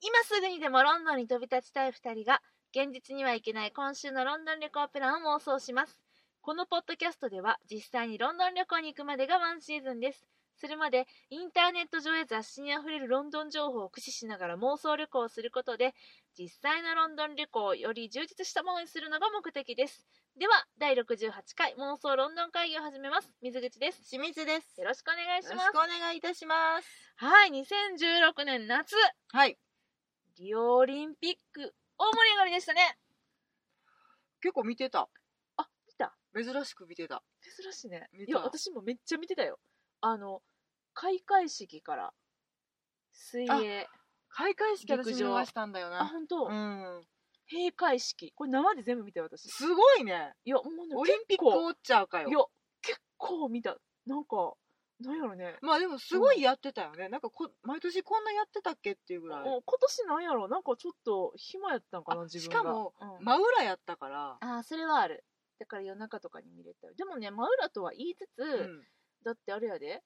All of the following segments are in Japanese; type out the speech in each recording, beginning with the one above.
今すぐにでもロンドンに飛び立ちたい2人が現実には行けない今週のロンドン旅行プランを妄想しますこのポッドキャストでは実際にロンドン旅行に行くまでがワンシーズンですそれまでインターネット上や雑誌にあふれるロンドン情報を駆使しながら妄想旅行をすることで実際のロンドン旅行をより充実したものにするのが目的ですでは第68回妄想ロンドン会議を始めます水口です清水です。よろしくお願いしよろましすくお願いいたします。はい2016年夏はい。リオオリンピック大盛り上がりでしたね結構見てた。あ見た珍しく見てた。珍しいね見いたや私もめっちゃ見てたよあの開会式から水泳開会式陸私見上逃したんだよあな。本当、うん。閉会式これ生で全部見たよ私すごいね。いやもうねオリンピック結おっちゃうか構いよ。や結構見たなんかなんやろねまあでもすごいやってたよね。なんかこ毎年こんなやってたっけっていうぐらい。もう今年なんやろなんかちょっと暇やったんかなあ自分しがかもうん真裏やったから。あーそれはあるだから夜中とかに見れたよでもね真裏とは言いつつ、うん。だってあれやで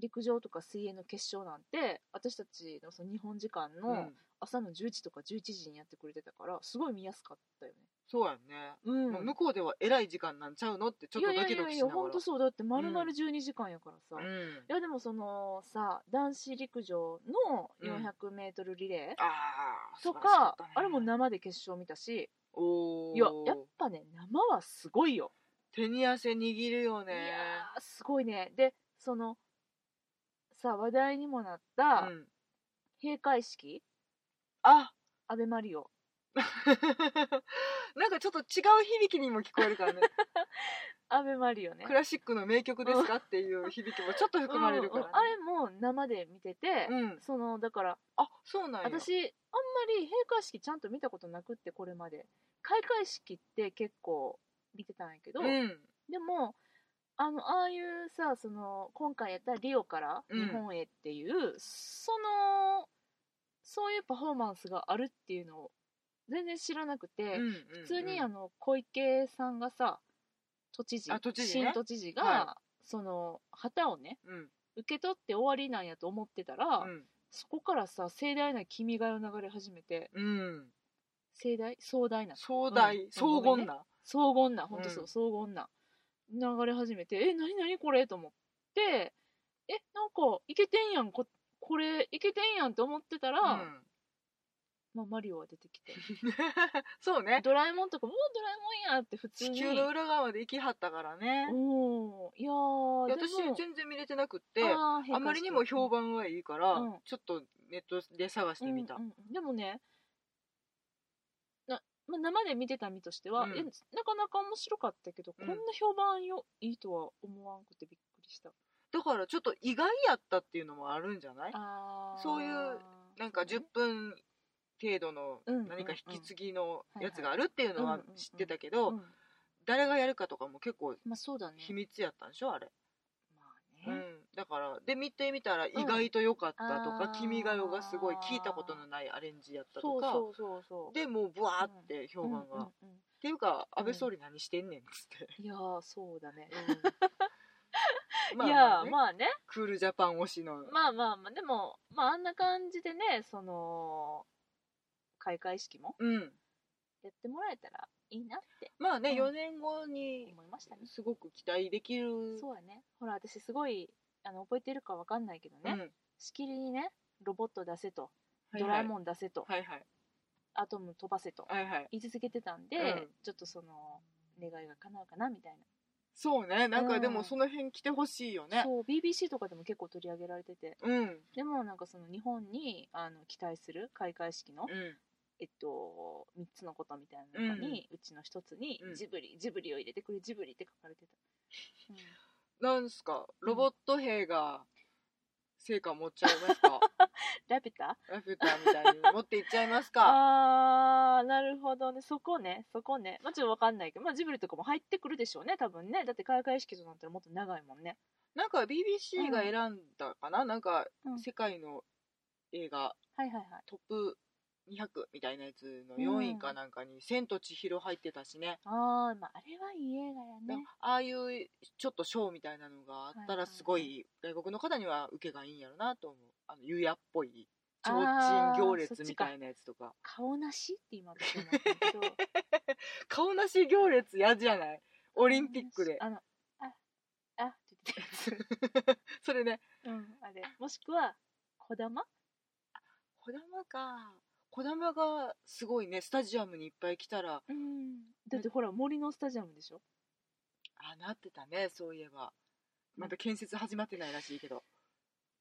陸上とか水泳の決勝なんて私たちのその日本時間うのん。朝の10時とか11時にやってくれてたからすごい見やすかったよねそうやんね。うんまあ向こうではえらい時間なんちゃうのってちょっとドキドキしながら。本当そうだって丸々12時間やからさ、ういん。やでもそのさ男子陸上の 400m リレーああ。と素晴らしか,、ったねあれも。生で決勝見たしおお。いややっぱね生はすごいよ手に汗握るよねいやーすごいねでそのさ話題にもなったうん、閉会式、あ アベマリオなんかちょっと違う響きにも聞こえるからねアベマリオねクラシックの名曲ですかっていう響きもちょっと含まれるから、ねうんあれも生で見てて、うんそのだからあそうなんや私あんまり閉会式ちゃんと見たことなくってこれまで開会式って結構見てたんやけど、うんでもあのああいうさその今回やったリオからうん日本へっていう、そのそういうパフォーマンスがあるっていうのを全然知らなくうて、んうん普通にあのの小池さんがさ都知事あ都知事ね新都知事が、はその旗をねうん受け取って終わりなんやと思ってたら、うんそこからさ盛大な「君が代」を流れ始めてうん盛大壮大な壮大、うん荘ごめ厳んな、荘厳なほんとそう、うん荘厳な流れ始めてえ何何これと思ってえなんかいけてんやんここれいけてんやんって思ってたら、うん、 まあ、マリオが出てきて そうねドラえもんとかもうドラえもんやって普通地に球の裏側まで行きはったからね、おーいやーいやで私も全然見れてなくってあーあまりにも評変化判はいいから、うんちょっとネットで探ししててみた、うんうんうんでもねな、まあ、生で見てた身としては、うんえなかなか面白かったけど、うんこんな評判よいいとは思わんくてびっくりしただからちょっと意外やったっていうのもあるんじゃないあーそういうなんか10分程度のうん何か引き継ぎのうんやつがあるっていうのははいはい知ってたけうんど誰がやるかとかも結構まあそうだね秘密やったんでしょあれ、まうあんね、だからで見てみたら意外と良かったとうんかあ「ー君が代」がすごい聞いたことのないアレンジやったそとうかそうそうそうでもうブワーって評判が、うんっうんうんていうか安う倍ん総理何してんねんっつって、いやーそうだねまあい まあやーねまあねクールジャパン推しの、まあまあまあでも、まあ、あんな感じでねその開会式もうんやってもらえたらいいなってまあね、うん4年後に思いましたねすごく期待できるそうやねほら私すごいあの覚えてるかわかんないけどね、うんしきりにねロボット出せとはいはいドラえもん出せと、はいはいアトム飛ばせとはいはい言い続けてたんで、うんちょっとその願いが叶うかなみたいそうねなんうかんでもその辺来てほしいよな、ねそう BBC とかでも結構取り上げられててうんうんでもなんかその日本にあの期待する開会式の、えっと、3つのことみたいなの中に、うちの1つにうんジブリ、ジブリを入れてこれジブリって書 かれてた、うんなんすかロボット兵が成果持っちゃいます かラピュタラピュタみたいに持っていっちゃいますかあーなるほどねそこねそこねまあちょっとわかんないけど、まあ、ジブリとかも入ってくるでしょうね多分ねだって開会式となったらもっと長いもんねなんか BBC が選んだかな、なんかうん世界の映画はいはいはいトップ200みたいなやつの4位かなんかに「千と千尋」入ってたしねあー、まああれはいい映画やなんねかああいうちょっとショーみたいなのがあったはいはいはらいすごい外国の方には受けがいいんやろなと思うあのゆやっぽい提灯行列みたいなやつとか顔なしって今僕思った けど顔なし行列やじゃないオリンピックであのああって言ってたや それねつ、うん、あれもしくはこだま児玉か児玉がすごいねスタジアムにいっぱい来たらうんだってほら森のスタジアムでしょあなってたねそういえばまだ建設始まってないらしいけど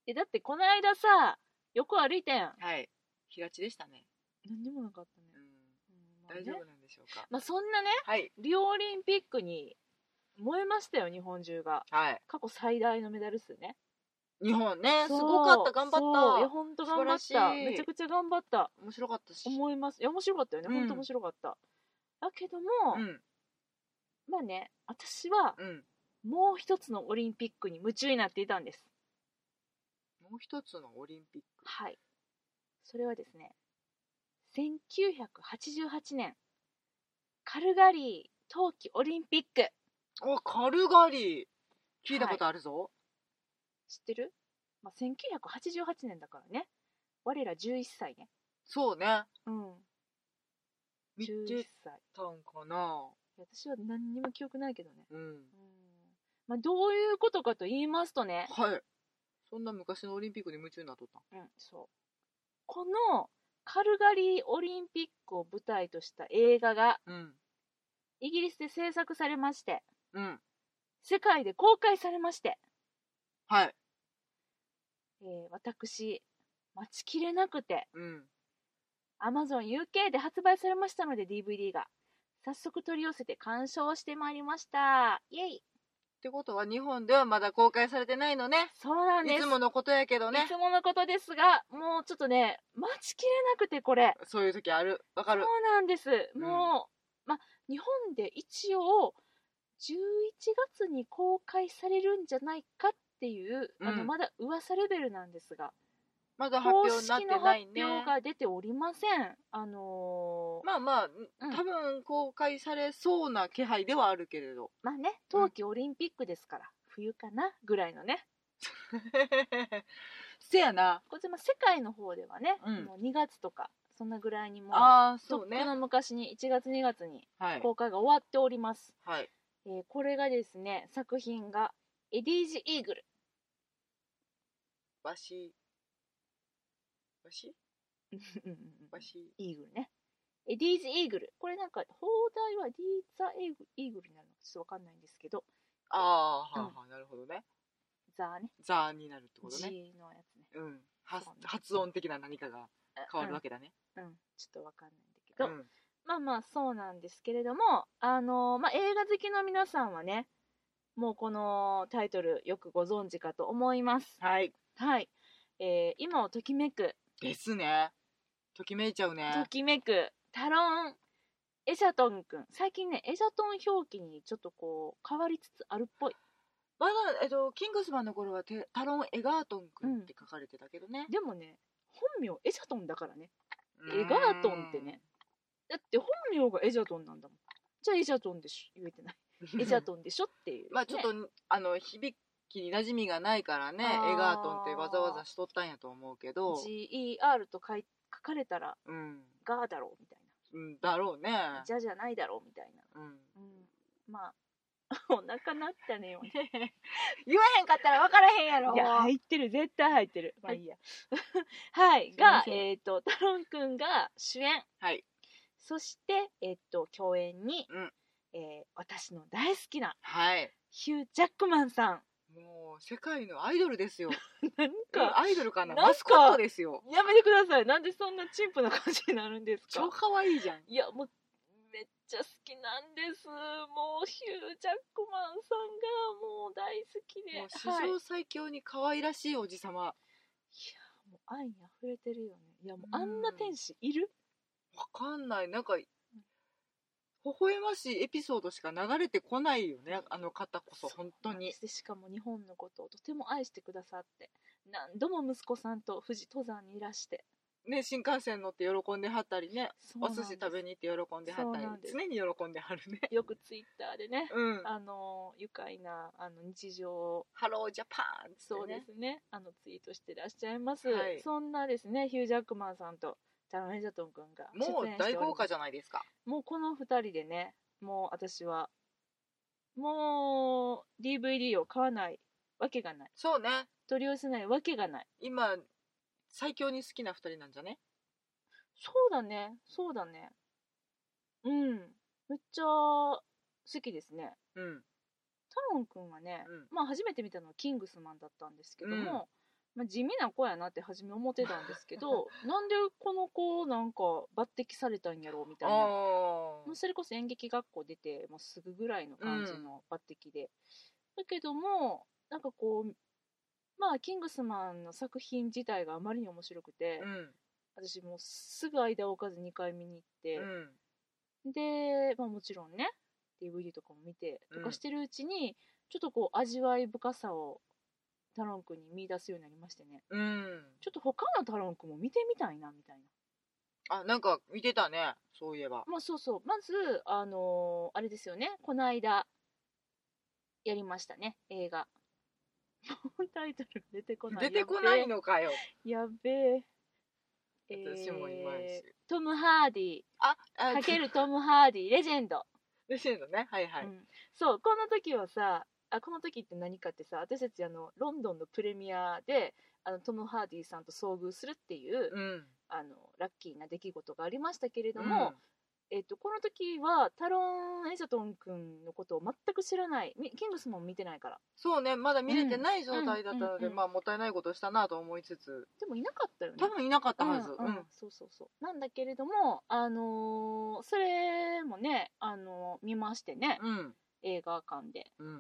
えだってこの間さ横歩いたやんはい平地でしたね、何にもなかったねうん、うんまあね大丈夫なんでしょうかまあそんなねはいリオオリンピックに燃えましたよ日本中がはい過去最大のメダル数ね日本ねすそうごかった頑そうい張やっ本当頑張っ素晴らたしいめちゃくちゃ頑張ったた面白かったし思いますいや面白かったよねうん本当面白かった、だけども、うんまあね私はうんもう一つのオリンピックに夢中になっていたんですもう一つのオリンピックはいそれはですね1988年カルガリー冬季オリンピックおカルガリー聞いたことあるぞ、知ってる、まあ、1988年だからね我ら11歳ねそうねうん見11て歳たんかな私は何にも記憶ないけどねうんうんまあ、どういうことかと言いますとね、はいそんな昔のオリンピックに夢中になっとったうん、そうこのカルガリーオリンピックを舞台とした映画がうんイギリスで制作されましてうん世界で公開されまして、はいえー私待ちきれなくてうん AmazonUK で発売されましたので DVD が早速取り寄せて鑑賞してまいりましたイエイってことは日本ではまだ公開されてないのねそうなんでいすつものことやけどねいつものことですがもうちょっとね待ちきれなくてこれそういう時あるわかるそうなんです。うんもう、ま、日本で一応、11月に公開されるんじゃないかっていう、あうのんまだ噂レベルなんですが、まだ発公表になっ式てのな発いね表が出ておりません。あのーまあまあ、うん多分公開されそうな気配ではあるけれど まあね、冬季オリンピックですから、冬かなぐらいのね。せやなこちら、ま世界の方ではね、うんもう2月とか、そんなぐらいにもう、ああとっそうくねの昔に1月2月にはい公開が終わっております。はいえーこれがですね作品が「エディージ・イーグルわしわし」わしイーグルねエディージ・イーグルこれなんか放題はディーザ・イーグルになるのかちょっとわかんないんですけどああはあはあなるほどねザーねザーになるってことね G のやつねうん発そうね発音的な何かが変わるわけだねうん、うんちょっとわかんないんだけうど、んまあまあそうなんですけれどもあのーまあ映画好きの皆さんはねもうこのタイトルよくご存知かと思いますはいはい、えー今をときめくですねときめいちゃうとねきめくタロンエジャトンくん最近ねエジャトン表記にちょっとこう変わりつつあるっぽいまだえっとキングスマンの頃はテタロン・エガートン君って書かれてたけどね、でもね本名エジャトンだからねうんエガートンってねだって本名がエジャトンなんだもんじゃあエジャトンでしょ言えてない エジャトンでしょっていう、まあちょっと、ねあの響きに馴染みがないからねあーエガートンってわざわざしとったんやと思うけど、 GER と書い書かれたらうん、ガーだろうみたいうんだろうね、なじゃじゃないだろうみたいな、 うん、うん、まあ お腹なったね今言わへんかったら分からへんやろいや入ってる絶対入ってるまあいいやはいすいまがせんえっ、とタロンくんが主演はいそしてえっ、と共演に、うんえー私の大好きなはいヒュー・ジャックマンさん もう世界のアイドルですよなんうんか、アイドルかななんかマスコットですよやめてくださいなんでそんなチンプな感じになるんです超か可愛いじゃんいやもうめっちゃ好きなんですもうヒュー・ジャックマンさんがもう大好きでもう史はい、い上最強に可愛らしいおじさま、やもう愛に溢れてるよねいやもううんあんな天使いるわかんない。なんか、微笑ましいエピソードしか流れてこないよね。あの方こそ、本当に。でしかも日本のことをとても愛してくださって何度も息子さんと富士登山にいらしてね、新幹線乗って喜んではったりねそうおなんで寿司す食べに行って喜んではそうっなんたでりす常に喜んではるねよくツイッターでね、うんあの愉快なあの日常をハロージャパンっつってねそうですねあのツイートしてらっしゃいます、はいそんなですねヒュー・ジャックマンさんとタラン・エジャトン君がもう大豪華じじゃないですかゃもうこの2人でねもう私はもう DVD を買わないわけがないそうね取り寄せないわけがない今最強に好きな2人なんじゃねそうだねそうだねうんめっちゃ好きですねうんタロン君はね、まあ初めて見たのはキングスマンだったんですけども、うんまあ、地味な子やなって初め思ってたんです けどなんでこの子なんか抜擢されたんやろうみたいなあもうそれこそ演劇学校出てもうすぐぐらいの感じの抜擢で、だけどもなんかこうまあキングスマンの作品自体があまりに面白くてー、うん私もうすぐ間を置かず2回見に行って、うんで、まあ、もちろんね DVD とかも見てとうかんしてるうちに、ちょっとこう味わい深さをタロン君に見出すようになりましてねうんちょっと他のタロン君も見てみたいなみたいあなんか見てたねそういえばなまあそうそうまずあのーあれですよねこの間やりましたね映画 タイトルが出てこな出いてこないやのかよべえやべえ私もいまいちえートム・ハーディああかけるトム・ハーディレジェンドレジェンドねはいはい、うん、そうこの時はさあこの時って何かってさ私たちあのロンドンのプレミアであのトム・ハーディさんと遭遇するっていう、うんあのラッキーな出来事がありましたけれどうも、んえっと、この時はタロン・エジャトン君のことを全く知らないみキングスも見てないからそうねまだ見れてない状態だったのうんうんうんで、うんまあもったいないことをしたなと思いつつでもいなかったよね多分いなかったはずうんうんそうそうそうなんだけれども、あのーそれもね、あのー見ましてね、うんうん、映画館でうん、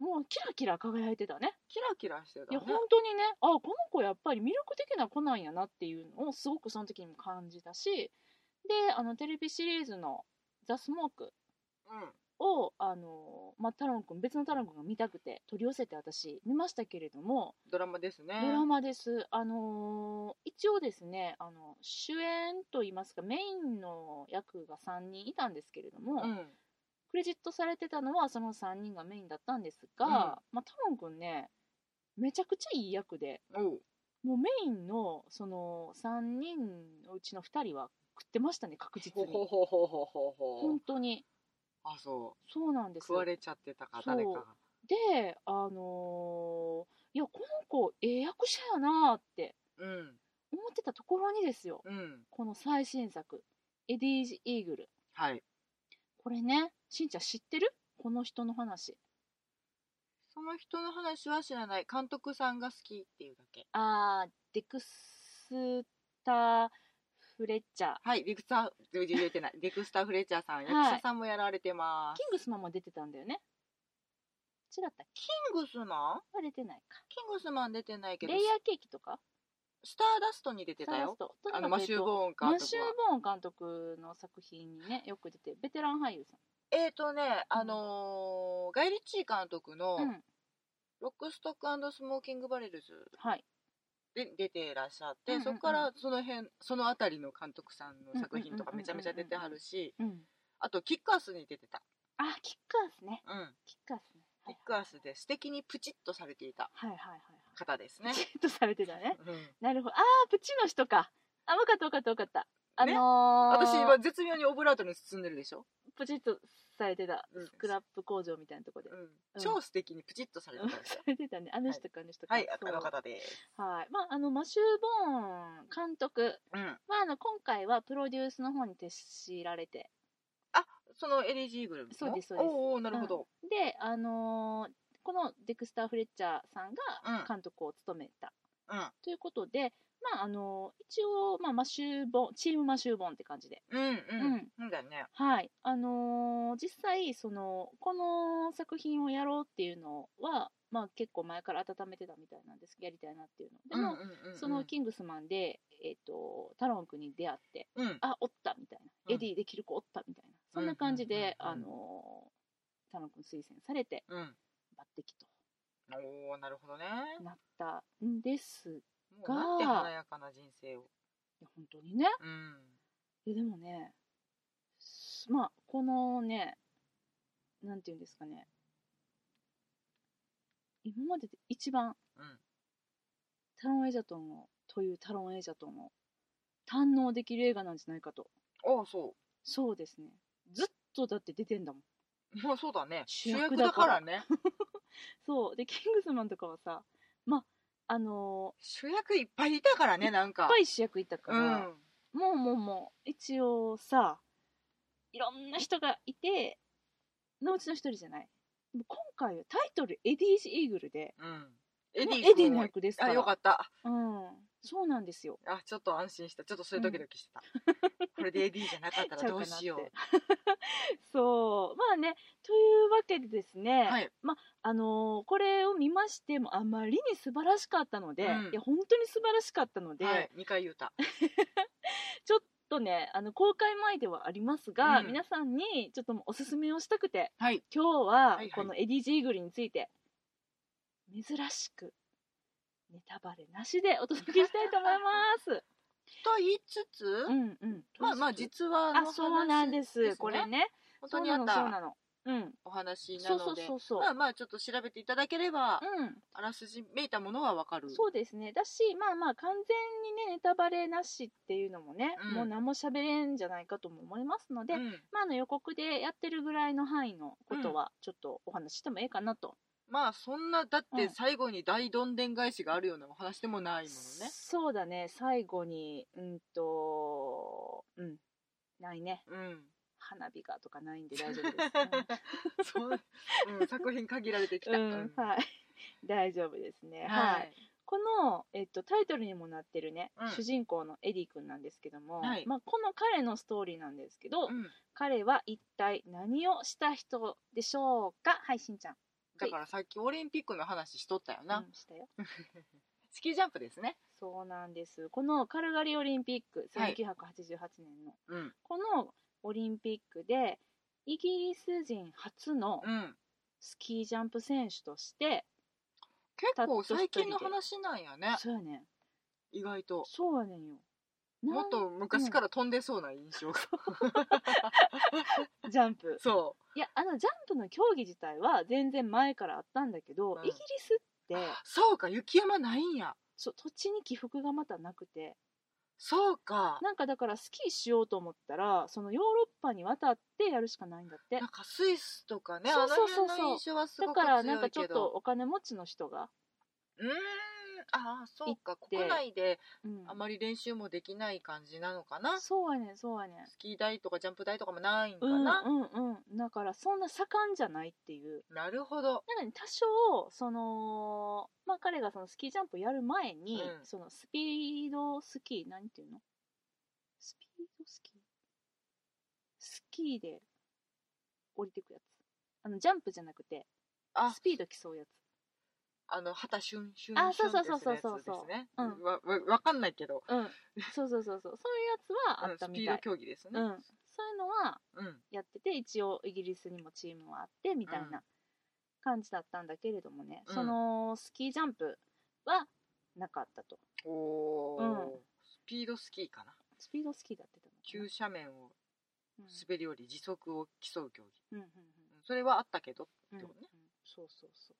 もうキラキラ輝いてたねキラキラしてたいやね本当にねあこの子やっぱり魅力的な子なんやなっていうのをすごくその時にも感じたしであのテレビシリーズの「ザ・スモークをあの、まあ、タロン君別のタロン君が見たくて取り寄せて私見ましたけれどもうん、ドラマですねドラマです、あのー一応ですねあの主演といいますかメインの役が3人いたんですけれども、うんクレジットされてたのはその3人がメインだったんですが、うんまあ、タロン君ねめちゃくちゃいい役で。おうもうメインのその3人のうちの2人は食ってましたね確実ほにほほほほほほ本当にあそそうなんうです食われちゃってたか誰かがであのーいやこの子ええ役者やなーってうん思ってたところにですようんこの最新作「エディージ・イーグルはい」これねしんちゃん知ってるこの人の話その人の話は知らない監督さんが好きっていうだけあーデクスター・フレッチャーはいディクスター言えて ないディクスター・フレッチャーさん役者さんもやられてます、キングスマンも出てたんだよね違ったっけキングスマンは出てないかキングスマン出てないけどレイヤーケーキとかスターダストに出てたサラよストとにかあくのマシュー・えっボーン監と督はマシューボーン監督の作品にねよく出てベテラン俳優さえーとね、あのーガイ・リッチー監督のん、うん、 「ロックストックスモーキング・バレルズはい」で出ていらっしゃっうんてうんうんそこからその辺その辺りの監督さんの作品とかうんうめんうんうんうんちゃめちゃ出てはるしうんあと「キックアス」に出てた、あキックアスねうん、キックアスねキックアスで素敵にプチッとされていたはいはいはいはい方ですねプ、チッ とされてたねうん、なるほどあープチの人かあ分かった分かった分かったあのねー私今絶妙にオブラートに包んでるでしょ、プチッとされてたうんスクラップ工場みたいなとこで、ううんん、超素敵にプチッとされてたでしさょれてたねあの人かあの人か、はいあそうの方です、はいまああのマシュー・ボーン監督うん、はあの今回はプロデュースの方に徹しられてそのエリジーグルもそうですそうですおうおうなるほど、で、あのーこのデクスター・フレッチャーさんうがん監督を務めたうんということで、まああのー一応、まあ、マシューボンチームマシューボンって感じで、うんうん、ううんん、そうだよねはいあのー実際そのこの作品をやろうっていうのは、まあ、結構前から温めてたみたいなんですやりたいなっていうのでも、うんうんうんうんそのキングスマンで、えっとタロン君に出会ってうん、あおったみたいな、うんエディできる子おったみたいなそんな感じで、うんうんうんうんあのータロン君推薦されてうん、抜擢と。おおなるほどねなったんですもうなんて華やかな人生をや本当にねうんいやでもねすまあこのねなんていうんですかね今までで一番うんタロン・エジャトンをというタロン・エジャトンを堪能できる映画なんじゃないかとああそそうですねずっとだって出てんだもんうまあそうだね主主役役だだかかららねそうでキングスマンとかはさまああの主役いっぱいいたからねなんー、いかっぱい主役いたかうら、んもうもうもう一応さいろんな人がいてのうちの一人じゃないでも今回はタイトル「エディージ・イーグルで」うんエエディエディのも役ですからあよかったうん、そうなんですよあちょっと安心したちょっとそれドキドキ してた、これでエディじゃなかったちゃらどかなうってしよ そうまあねというわけでですね、うはいあのーこれを見ましてもあまりに素晴らしかったので、うんいや本当に素晴らしかったので、はい2回言うたちょっとねあの公開前ではありますが、うん皆さんにちょっともうおすすめをしたくてはい今日ははいはいこのエディ・ジーグルについて珍しくネタバレなしでお届けしたいと思います。と言いつつ、うんうん、まあまあ実はあそうなんですねこれね本そ当うになあっのそうたなの。うん、お話なそうそのうでそうそう、まあまあちょっと調べていただければ、うん、あらすじめいたものはわかるそうですねだしまあまあ完全にねネタバレなしっていうのもね、うんもう何も喋れんじゃないかとも思いますので、うんまあ、あの予告でやってるぐらいの範囲のことはちょっとお話ししてもええかなと、まあそんなだっうてん最後に大どんでん返しがあるようなお話でもないものねそうだね最後にうんとうんないねうん 花火がとかないんで大丈夫です、そう、うん、作品限られてきた、うん うんはい 大丈夫ですねはい、はいこの、えっと、タイトルにもなってるね、うん主人公のエディ君なんですけども、はいまあ、この彼のストーリーなんですけど、うん彼は一体何をした人でしょうかはいしんちゃん、だからさっきオリンピックの話しとったよな、うんしたよスキージャンプですねそうなんですこのカルガリーオリンピック1988はい年の、うんこのオリンピックでイギリス人初のうんスキージャンプ選手として、結構たった一最人で近の話なんやねそうやねん意外とそうやねんよもっなと昔から飛んでそうな印象が、んジャン プそいやあのジャンプの競技自体は全然前からあったんだけど、うんイギリスってうそうか雪山ないんやそう土地に起伏がまたなくてそうかなんかだからスキーしようと思ったらそのヨーロッパに渡ってやるしかないんだってなんかスイスとかねそあうのそうそうそう辺の印象はすだごくからなん強かいちょっけとどお金持ちの人が、うーんああそうかて国内でうんあまり練習もできない感じなのかなそうやねんそうやねんスキー台とかジャンプ台とかもないんかうんな、うんうんだからそんな盛んじゃないっていうなるほどなのに多少そのまあ彼がそのスキージャンプをやる前に、うんそのスピードスキーなんていうのスピードスキースキーで降りてくやつあのジャンプじゃなくてあスピード競うやつあの旗シュンシュンシュンあそうそうってやつそうそうそうですねうんわわわかんないけど、うんそうそうそうそうそういうやつはあうっんたスピみーたドい、競技ですうねん、そういうのはうん、やってて一応イギリスにもチームはあってみたいな感じだったんだけれどもね、うんそのスキージャンプはなかったとおおー、うスピードスキーかなスピードスキーだってたのか急斜面をな滑り降り時速を競う競技うんうんうんそれはあったけどうんうんうんどうねそうそうそう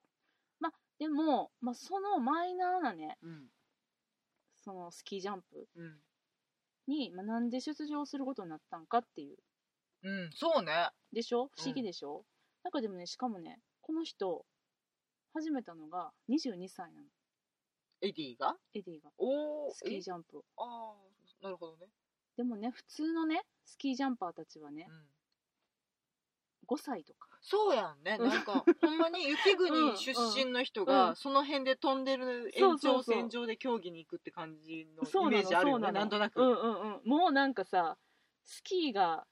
まあでも、まあ、そのマイナーなねうんそのスキージャンプうん、に、まあ、なんで出場することになったんかっていううん、そうねでしょ不思議でしょ、なんかでもねしかもねこの人始めたのが22歳なのエディがエディがおおスキージャンプをああなるほどね、でもね普通のねスキージャンパーたちはねう、ん、 5歳とかそうやんねうんなんかほんまに雪 うん国出身の人うがんその辺で飛んでるそう延そう長そう線上で競技に行くって感じのイメージあるよねなんとなく、うんうんうんもうなんかさスキーが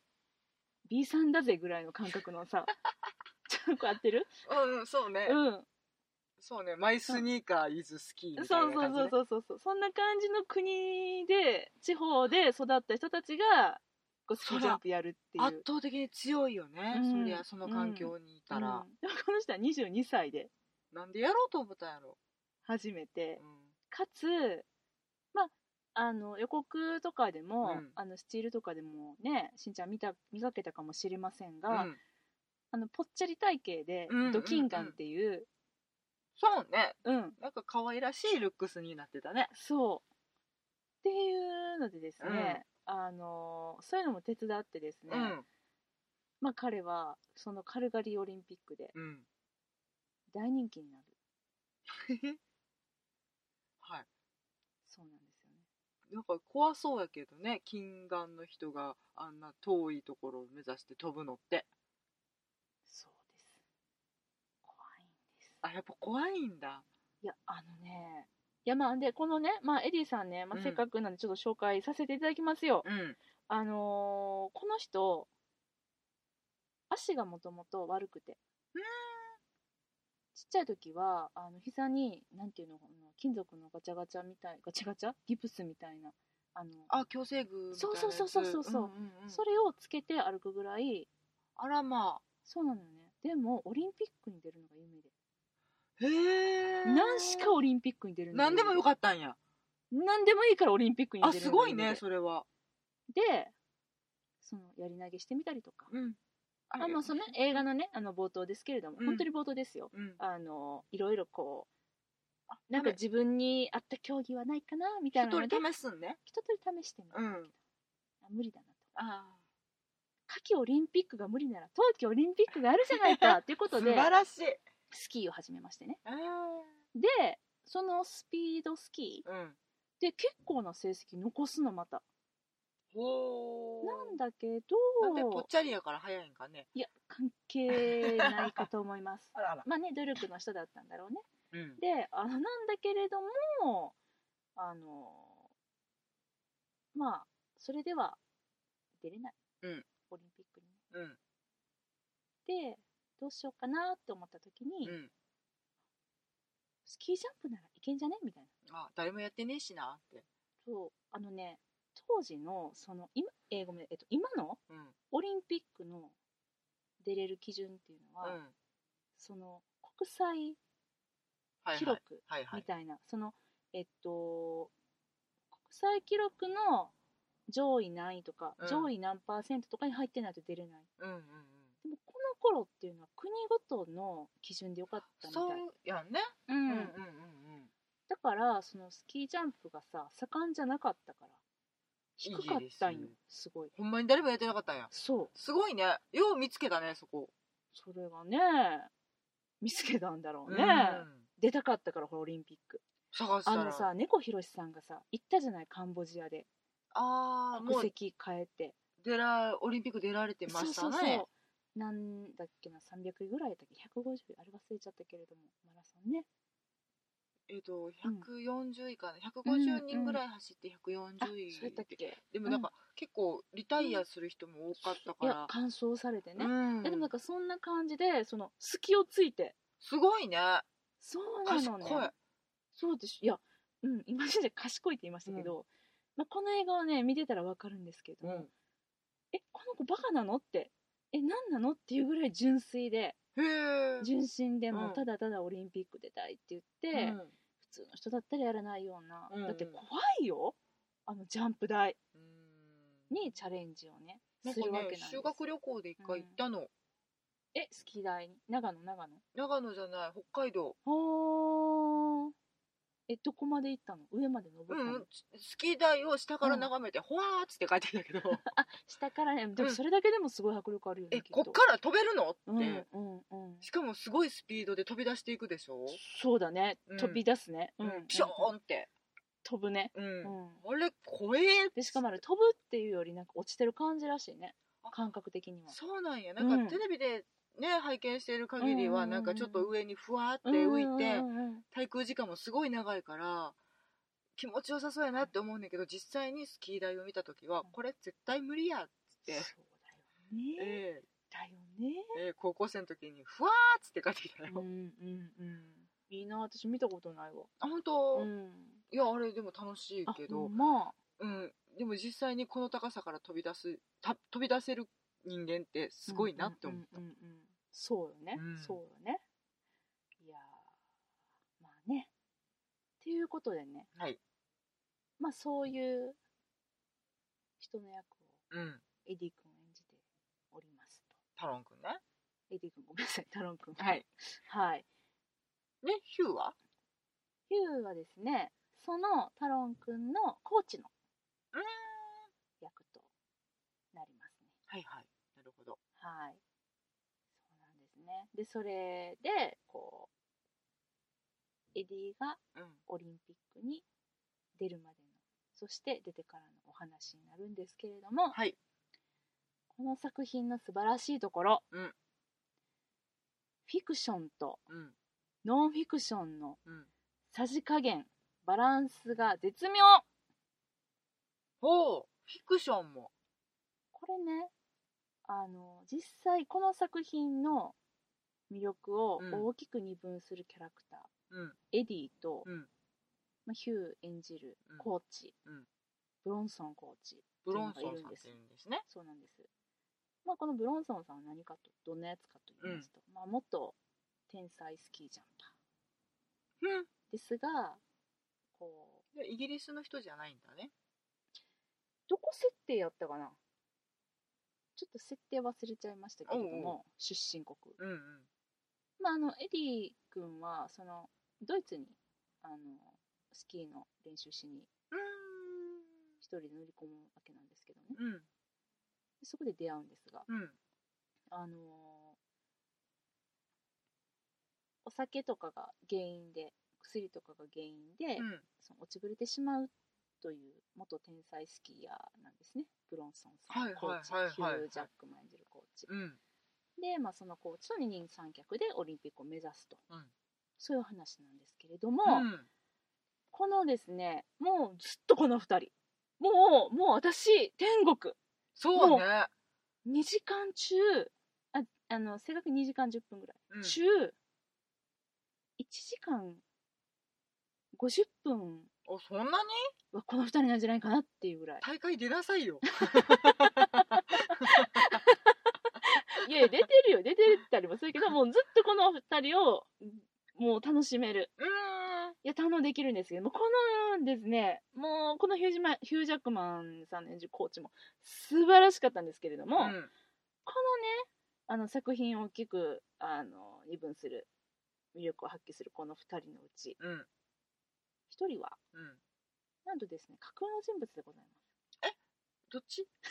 B さんだぜぐらいの感覚のさ ちゃんと合ってるうんうんそうね、うんそうねマイスニーカーイズスキーみたいそうなそう感じ、ね、そうそうそうそうそんな感じの国で地方で育った人たちがこうスキージャンプやるっていう圧倒的に強いよね、うんそりゃその環境にいたら、うんでもこの人は22歳でなんでやろうと思ったんやろ、始めてうんかつまああの予告とかでも、うんあのスチールとかでもねしんちゃん見た見かけたかもしれませんうが、んあのぽっちゃり体型でうんうんうんドキンガンっていう、そうねうんなんか可愛らしいルックスになってたねそうっていうのでですね、あのそういうのも手伝ってですね、うんまあ、彼はそのカルガリーオリンピックでうん 大人気になるはいそうなんですよねなんか怖そうやけどね近眼の人があんな遠いところを目指して飛ぶのってそうです怖いんですあやっぱ怖いんだいやあのねいやまあでこのね、まあ、エディさんね、まうあ、んせっかくなんでちょっと紹介させていただきますよ、うんあのーこの人足がもともと悪くてうんちっちゃい時はあの膝になんていうのかな金属のガチャガチャみたいガチャガチャギプスみたいなあのあ矯正具みたいなやつそうそうそうそうそううんうんうんそれをつけて歩くぐらいあらまそうなのよねでもオリンピックに出るのが夢であへえ何しかオリンピックに出るのが何でもよかっったんやた何でもいいからオリンピックにあ出るすのがごい夢でねそれはでそのやり投げしてみたりとかうんああもうそのね映画のねあの冒頭ですけれども、うん本当に冒頭ですようんあのいろいろこあうなんか自分に合った競技はないかなみたい一なの通でり一通試すんねり試してみた、うあん無理だなとあ夏季オリンピックが無理なら冬季オリンピックがあるじゃな いかというこーと素で晴らしいスキーを始めましてねあーでそのスピードスキーうんで結構な成績残すのまたほーなんだけなんでぽっどちゃりやから早いんかねいや関係ないかと思います あらあらまあね努力の人だったんだろうねうんであのなんだけれどもあのまあそれでは出れない、うんオリンピックにうんねでどうしようかなって思った時に、うんスキージャンプならいけんじゃねみたいなあ誰もやってねえしなってそうあのね当時のその今、えーごめん、えっと、今のうんうんオリンピックの出れる基準っていうのは、その国際はい記は録いはいはみいたいな、そのえっと国際記録の上位何位とか、うん上位何パーセントとかに入ってないと出れないうんうんうんでもこの頃っていうのは国ごとの基準でよかったみたいそうやんねううんんうんうんうんだからそのスキージャンプがさ盛んじゃなかったから低かったんイギよリすごいほんまに誰もやってなかったんやそうすごいねよう見つけたねそこそれがね見つけたんだろうね、うん出たかったからこれオリンピック探したあらのさ猫ひろしさんがさ行ったじゃないカンボジアであーも国う籍変えて出らオリンピック出られてましたそうそうねそうなんだっけな300位ぐらいだっけ150位あれ忘れちゃったけれどもマラソンねえっとうん140位かなうんう150ん人ぐらい走って140あ位そうやったっけでもなんか結構リタイアする人も多かったいかやら完走されてね、うんえでもなんかそんな感じでその隙をついてすごいねそうな賢のいねそうでしょいやうん今先生賢いって言いましたけど、まあ、この映画をね見てたらわかるんですけどうも、んえこの子バカなのってえ何なのっていうぐらい純粋でへえ純真でもうんうただただオリンピック出たいって言って、うん普通の人だったらやらないような、うんうんだって怖いよあのジャンプ台にチャレンジをねなんすかるわけなんねです修学旅行で一回行ったのえスキー台に長野長野長野じゃない北海道ほーえどこまで行ったの上まで登うったの、んスキー台を下から眺めてほわーっつって帰ってきたけど下からねでもうんそれだけでもすごい迫力あるよ ね、えきっことっから飛べるのうっんてうんうんしかもすごいスピードで飛び出していくでしょそうだねうん飛び出すね、うんピショーンって飛ぶね、ううんん、あれ怖えでしかもあれ飛ぶっていうよりなんか落ちてる感じらしいねあ感覚的にはそうなんやなんうんかテレビでね拝見している限りはうんうんうんなうんんかちょっと上にふわーって浮いてうんうんうんうん滞空時間もすごい長いから気持ちよさそうやなって思うんだけど実際にスキー台を見た時はうんこれ絶対無理やっつってそうだよね、えだよねえええ高校生の時にふわーっつって帰ってきたうよんうんうんいいな私見たことないわあ本当んいやあれでも楽しいけどまあうんでも実際にこの高さから飛び出すた飛び出せる人間ってすごいなって思ったうんうんうんうんそうよね、うんそうよねいやーまあねっていうことでねはいまあそういう人の役をうんエディ君演じておりますタロン君ねとエディ君ごめんなさいタロン君はいはいねヒューはヒューはですねそのタロン君のコーチのうーん役となりますねはいはいなるほどはいそうなんですねでそれでこうエディがうんオリンピックに出るまでのそして出てからのお話になるんですけれども、はいこの作品の素晴らしいところ、うんフィクションとうんノンフィクションのうんさじ加減バランスが絶妙ほうフィクションもこれねあの実際この作品の魅力をうん大きく二分するキャラクター、うんエディと、うんまあ、ヒュー演じるうんコーチ、うんブロンソンコーチブロンソンさんっていうんですねそうなんです。まあ、このブロンソンさんは何かと、どんなやつかと言いますと、まあ、元天才スキージャンパうんーですが、こう、でイギリスの人じゃないんだねどこ設定やったかなちょっと設定忘れちゃいましたけれどおうも、出身国。うんうんまあ、あの、エディ君は、その、ドイツに、あの、スキーの練習しに一人で乗り込むわけなんですけどね。うんそこで出会うんですが、うんあのーお酒とかが原因で薬とかが原因で、うんその落ちぶれてしまうという元天才スキーヤーなんですねブロンソンさん、はいコーチ、はいはいはいヒュー・ジャックマン演じるコーチ、うんで、まあ、そのコーチと二人三脚でオリンピックを目指すと、うんそういう話なんですけれども、うんこのですねもうずっとこの2人もうもう私天国そうね2時間中ああの正確に2時間10分ぐらいうん中、1時間50分おそんなにはこの2人なんじゃないかなっていうぐらい大会出なさいよいやいや出てるよ出てるったりもす るけどもうずっとこの2人をもう楽しめる うんいや堪能できるんですけどもうこのですねもうこのヒュージマンヒュージャックマンさんの演じるコーチも素晴らしかったんですけれども、うんこのねあの作品を大きくあの二分する魅力を発揮するこの2人のうちうん1人はうんなんとですね架空の人物でございますどっちどっち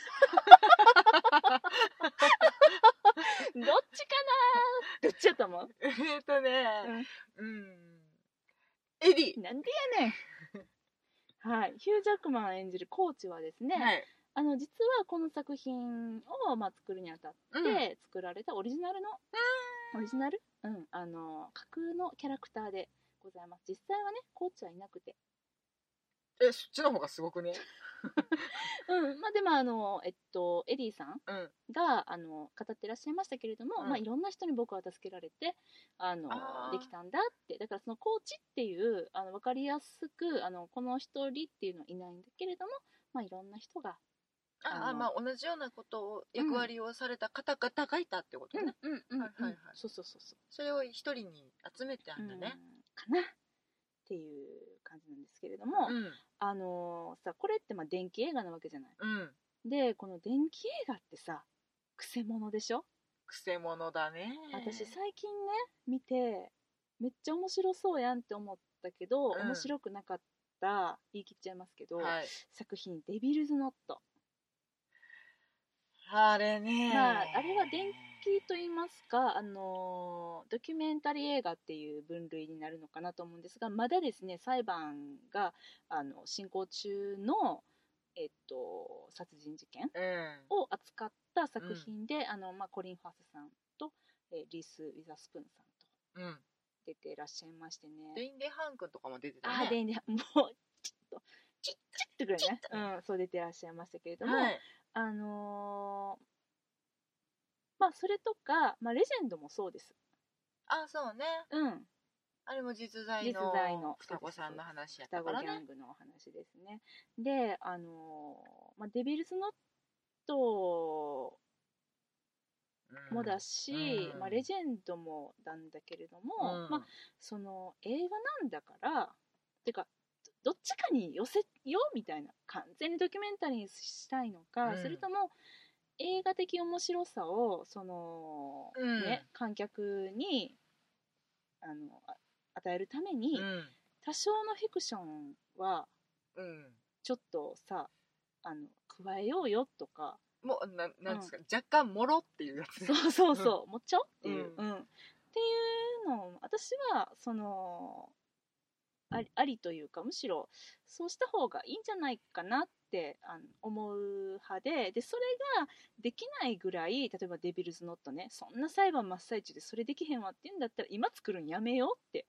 かなーどっちやと思う えーっとね、うん、エディ、なんでやねん はい、ヒュー・ジャックマン演じるコーチはですね、はい、あの実はこの作品を、まあ、作るにあたっうん、て作られたオリジナルの、オリジナル、うん、あの架空のキャラクターでございます実際はねコーチはいなくて、え、そっちの方がすごくね。うんまあ、でもあの、えっと、エディさんうん、があの語ってらっしゃいましたけれども、うんまあ、いろんな人に僕は助けられてあのあーできたんだってだからそのコーチっていうあの分かりやすくあのこの一人っていうのはいないんだけれども、まあ、いろんな人が、あああ、のまあ、同じようなことを役割をされた方々がいたってことね。うんうんはいはいはいそうそうそうそう、それを一人に集めてあんだうんね。かなっていう感じなんですけれども、うん、あのさこれってまあ電気映画なわけじゃないうん、でこの電気映画ってさくせ者でしょくせ者だね。私最近ね見てめっちゃ面白そうやんって思ったけど、うん面白くなかった言い切っちゃいますけど、はい、作品「デビルズ・ノットあれね、まああれは電気と言いますか、あのードキュメンタリー映画っていう分類になるのかなと思うんですがまだですね裁判があの進行中の、えっと、殺人事件うん、を扱った作品で、あのまあ、コリン・ファースさんと、えーリース・ウィザスプーンさんとうん、出てらっしゃいましてね。デインデハン君とかも出てたね。あーでねもうちょっとチッチッってぐらいねチッ、うん、そう出てらっしゃいましたけれども、はい、あのーまあそれとか、まあ、レジェンドもそうですあ、そうね。うんあれも実在実在のの双子さんの話やった双子かギらャね。ングのお話ですねであのーまあ、デビルズノットうんもだし、うんまあ、レジェンドもなんだけれども、うんまあ、その映画なんだからてかどっちかに寄せようみたいな完全にドキュメンタリーにしたいのか、うんそれとも映画的面白さをその、うんね、観客にあのあ与えるために、うん多少のフィクションはうんちょっとさあの加えようよとかもうななんですか、若干もろっていうやつねそうそうそうもっちゃおうっていう、ううんっていうのを私はそのありありというかむしろそうした方がいいんじゃないかなってあの思う派ででそれができないぐらい例えば「デビルズ・ノットね」そんな裁判真っ最中でそれできへんわって言うんだったら今作るんやめようって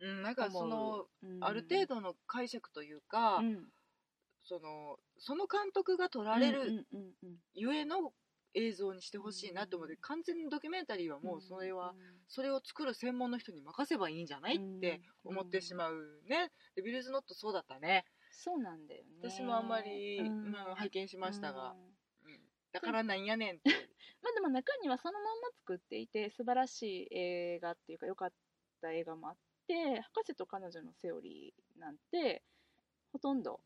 うん、なん思かうその、うんある程度の解釈というか、うんそのその監督が撮られうるんうんうんうんゆえの映像にしてほしいなと思って、うん完全にドキュメンタリーはもうそれは、んそれを作る専門の人に任せばいいんじゃない、って思ってしまうね「デビルズ・ノット」そうだったねそうなんだよね私もあんまり、うんまあ、拝見しましたうがん、うんだからなんやねんってまあでも中にはそのまんま作っていて素晴らしい映画っていうか良かった映画もあって博士と彼女のセオリーなんてほとんど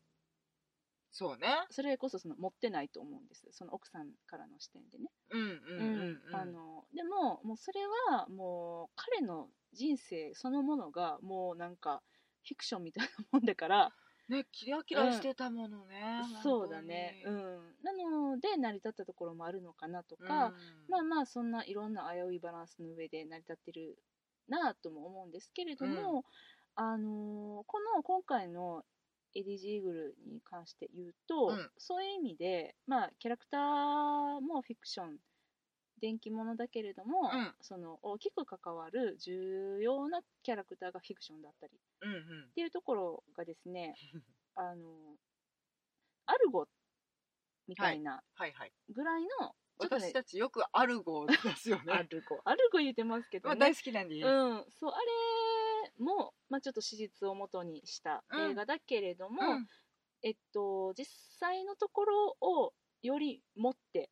そうねそれこそその持ってないと思うんですその奥さんからの視点でね、うんうんうんうんあのでももうそれはもう彼の人生そのものがもうなんかフィクションみたいなもんだからねキラキラしてたものね、そうだね、うん本、なので成り立ったところもあるのかなと当か、にうんまあまあそんないろんな危ういバランスの上で成り立ってるなぁとも思うんですけれども、あのーこの今回のエディ・ジーグルに関して言うと、うんそういう意味で、まあ、キャラクターもフィクション電気ものだけれども、うんその大きく関わる重要なキャラクターがフィクションだったりっうんうんていうところがで すねあのーアルゴみたいなはいはいぐらいの、ちょっとね私たちよくアルゴですよアね。ルゴ。アルゴ言ってますけど、まあね。大好きなんでいい。うんうん、そう、あれも、まあ、ちょっと史実をもとにした映画だけれども、えっと、実際のところをより持って、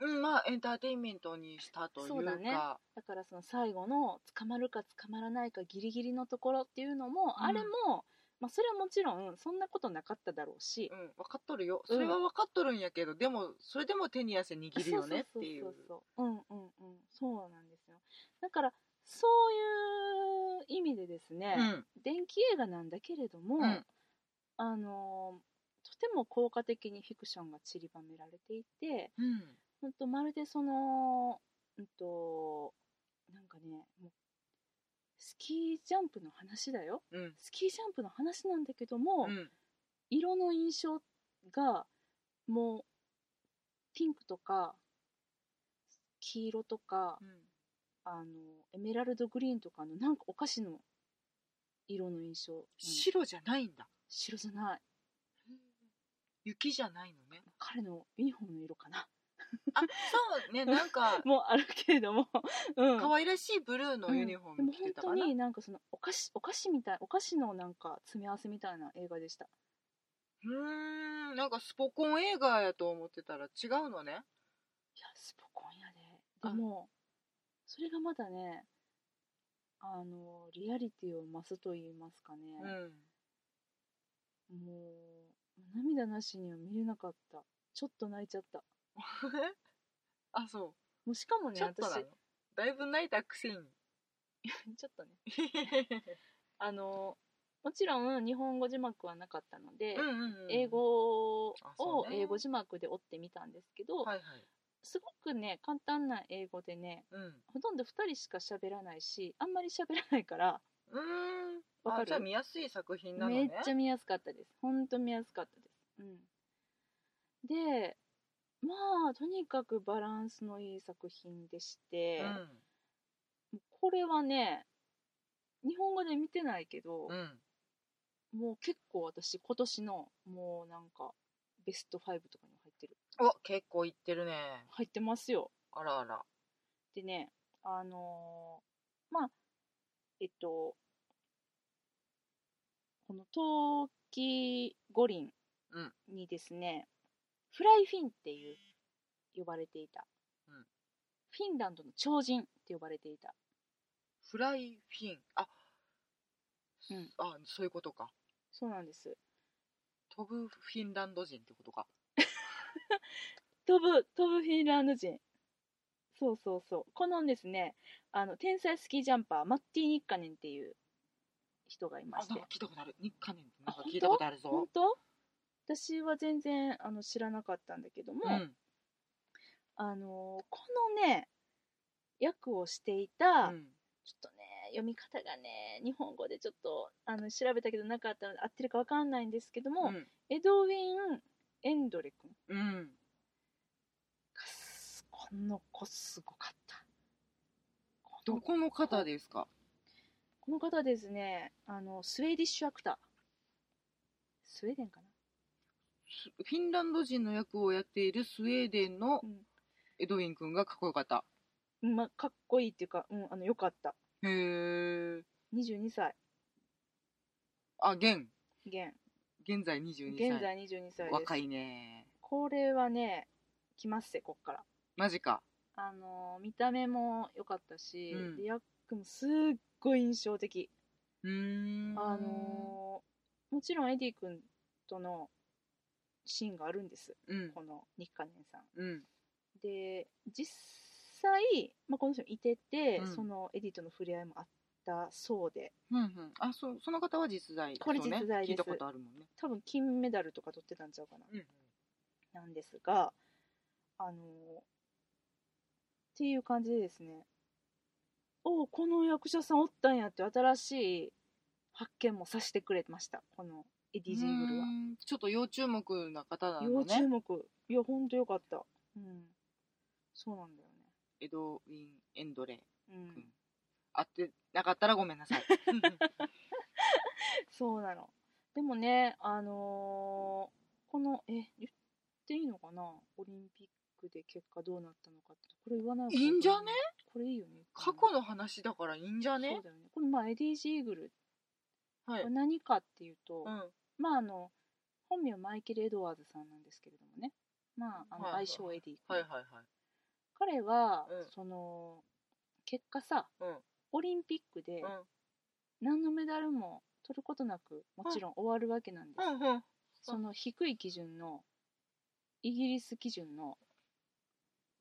うん、まあエンターテインメントにしたというか。そうだねだからその最後の捕まるか捕まらないかギリギリのところっていうのも、うんあれも、まあ、それはもちろんそんなことなかっただろうしう、ん、分かっとるよ。それは分かっとるんやけど、でもそれでも手に汗握るよねっていう。そうそうそうそううんうんうんそうなんですよだからそういう意味でですね、うん、電気映画なんだけれどうも、んあのーとても効果的にフィクションが散りばめられていてうん、ほんとまるでその、うん、となんかねもうスキージャンプの話だようん、スキージャンプの話なんだけども、うん、色の印象がもうピンクとか黄色とか、あのエメラルドグリーンとかのなんかお菓子の色の印象なの白じゃないんだ。白じゃない雪じゃないのね。彼のユニフォームの色かな あ、そう ね、なんかもうあるけれども、 うん、可愛らしいブルーのユニフォームで着もて本た当かな。になんかそのお菓子お菓子みたいお菓子のなんか詰め合わせみたいな映画でしたうーん、なんかスポコン映画やと思ってたら違うのね。いやスポコンやででもそれがまだねあのリアリティを増すと言いますかね、うん。 もう涙なしには見れなかったちょっと泣いちゃったあ、そう。もうしかもねちょっとな私のだいぶ泣いたくせにちょっとねあのもちろん日本語字幕はなかったので、うんうんうん英語をあそうね英語字幕で追ってみたんですけど、はいはいすごくね簡単な英語でねうんほとんど2人しか喋らないしあんまり喋らないからうーんわかあるじゃあ見やすい作品なのねめっちゃ見やすかったですほんと見やすかったです、うん、でまあとにかくバランスのいい作品でして、これはね日本語で見てないけど、うんうんもう結構私今年のもうなんかベスト5とかに入ってるお結構いってるね入ってますよあらあらでねあのーまあえっとこの冬季五輪うんにですね、フライフィンっていう呼ばれていた、うんフィンランドの超人って呼ばれていたフライフィンあ、うんあそういうことかそうなんです飛ぶフィンランド人ってことか飛ぶ飛ぶフィンランド人そうそうそうこのですねあの天才スキージャンパーマッティ・ニッカネンっていう人がいまあしなんてか聞いたことある日韓年ってなんあか聞いたことある本ぞ当私は全然あの知らなかったんだけども、うんあのこのね役をしていうた、んちょっとね読み方がね日本語でちょっとあの調べたけどなかったので合ってるかわかんないんですけども、うんエドウィン・エンドレ君がうんすこの子すごかったこのどこの方ですかこの方ですねあのスウェーディッシュアクタースウェーデンかなすフィンランド人の役をやっているスウェーデンのうんエドウィン君がかっこよかったうん、まあ、かっこいいっていうか、うん、あのよかったへえ22歳あ現現現在22歳現在22歳です若いねこれはね来ますせこっからマジかあのー見た目も良かったし、うんでヤックもすっごい印象的、うーんあのーもちろんエディ君とのシーンがあるんですうんこの日韓年さんうんで実際、まあ、この人もいてて、うんそのエディとの触れ合いもあったそうでうんうんあそうその方は実在これそうね実在です聞いたことあるもんね多分金メダルとか取ってたんちゃうかなうんなんですが、あのっていう感じでですね、おお、この役者さんおったんやって新しい発見もさせてくれました、このエディ・ジングルはう。んちょっと要注目な方なの要注ね目。いや、ほんとよかった。うん。そうなんだよエドウィン・エンドレね。うん。うん合ってなかったらごめんなさい そうなの。でもね、あのーこの、え、言っていいのかなオリンピックで結果どうなったのかって、これ言わない方がいいんじゃねこれいいよね。過去の話だからいいんじゃそねうだよね。これまあエディ・ジーグルはいは何かっていうと、うんまああの本名マイケル・エドワーズさんなんですけれどもね、まああのはいはい愛称エディ、はいはいはい彼は、うんその結果さ、うんオリンピックで何のメダルも取ることなくもちろん終わるわけなんです、うんうんその低い基準のイギリス基準の、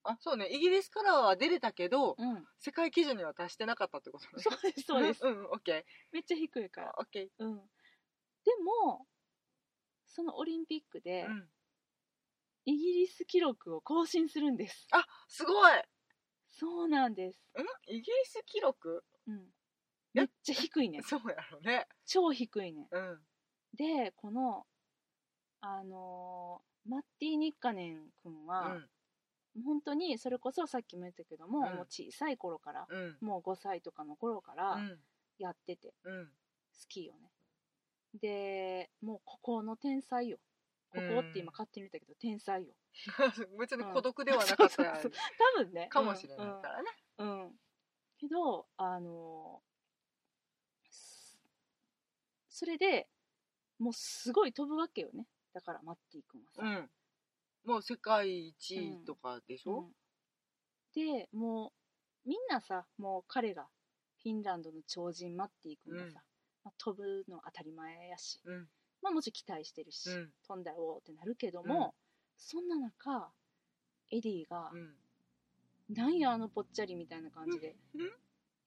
あそうねイギリスからは出れたけど うん、世界基準には達してなかったってことねそうですそうですうんうんオッケ めっちゃ低いかーら、オッケうん、でもそのオリンピックで、ーうんイギリス記録を更新するんですあすごいそうなんです、うんイギリス記録うん、めっちゃ低い ねそうやろね超低いねうんでこのあのーマッティ・ニッカネン君うは、ん本当にそれこそさっきも言ったけども、うんもう小さい頃から、うんもう5歳とかの頃からうんやってて、うんスキーをねでもうここの天才よここって今勝手に言ったけど、天才よ別に孤独ではなかったうんそうそう多分ねかもしれないうんうんからねうん。けど、あのすそれでもうすごい飛ぶわけよね。だからマッティ君はさ。うんもう世界一位とかでしょうんで、もうみんなさ、もう彼がフィンランドの超人マッティ君がうさ、んまあ飛ぶの当たり前やし、うんまあもちろん期待してるし、うん飛んだよってなるけども、そんな中、エディが、うんなんやあのぽっちゃりみたいな感じで。うん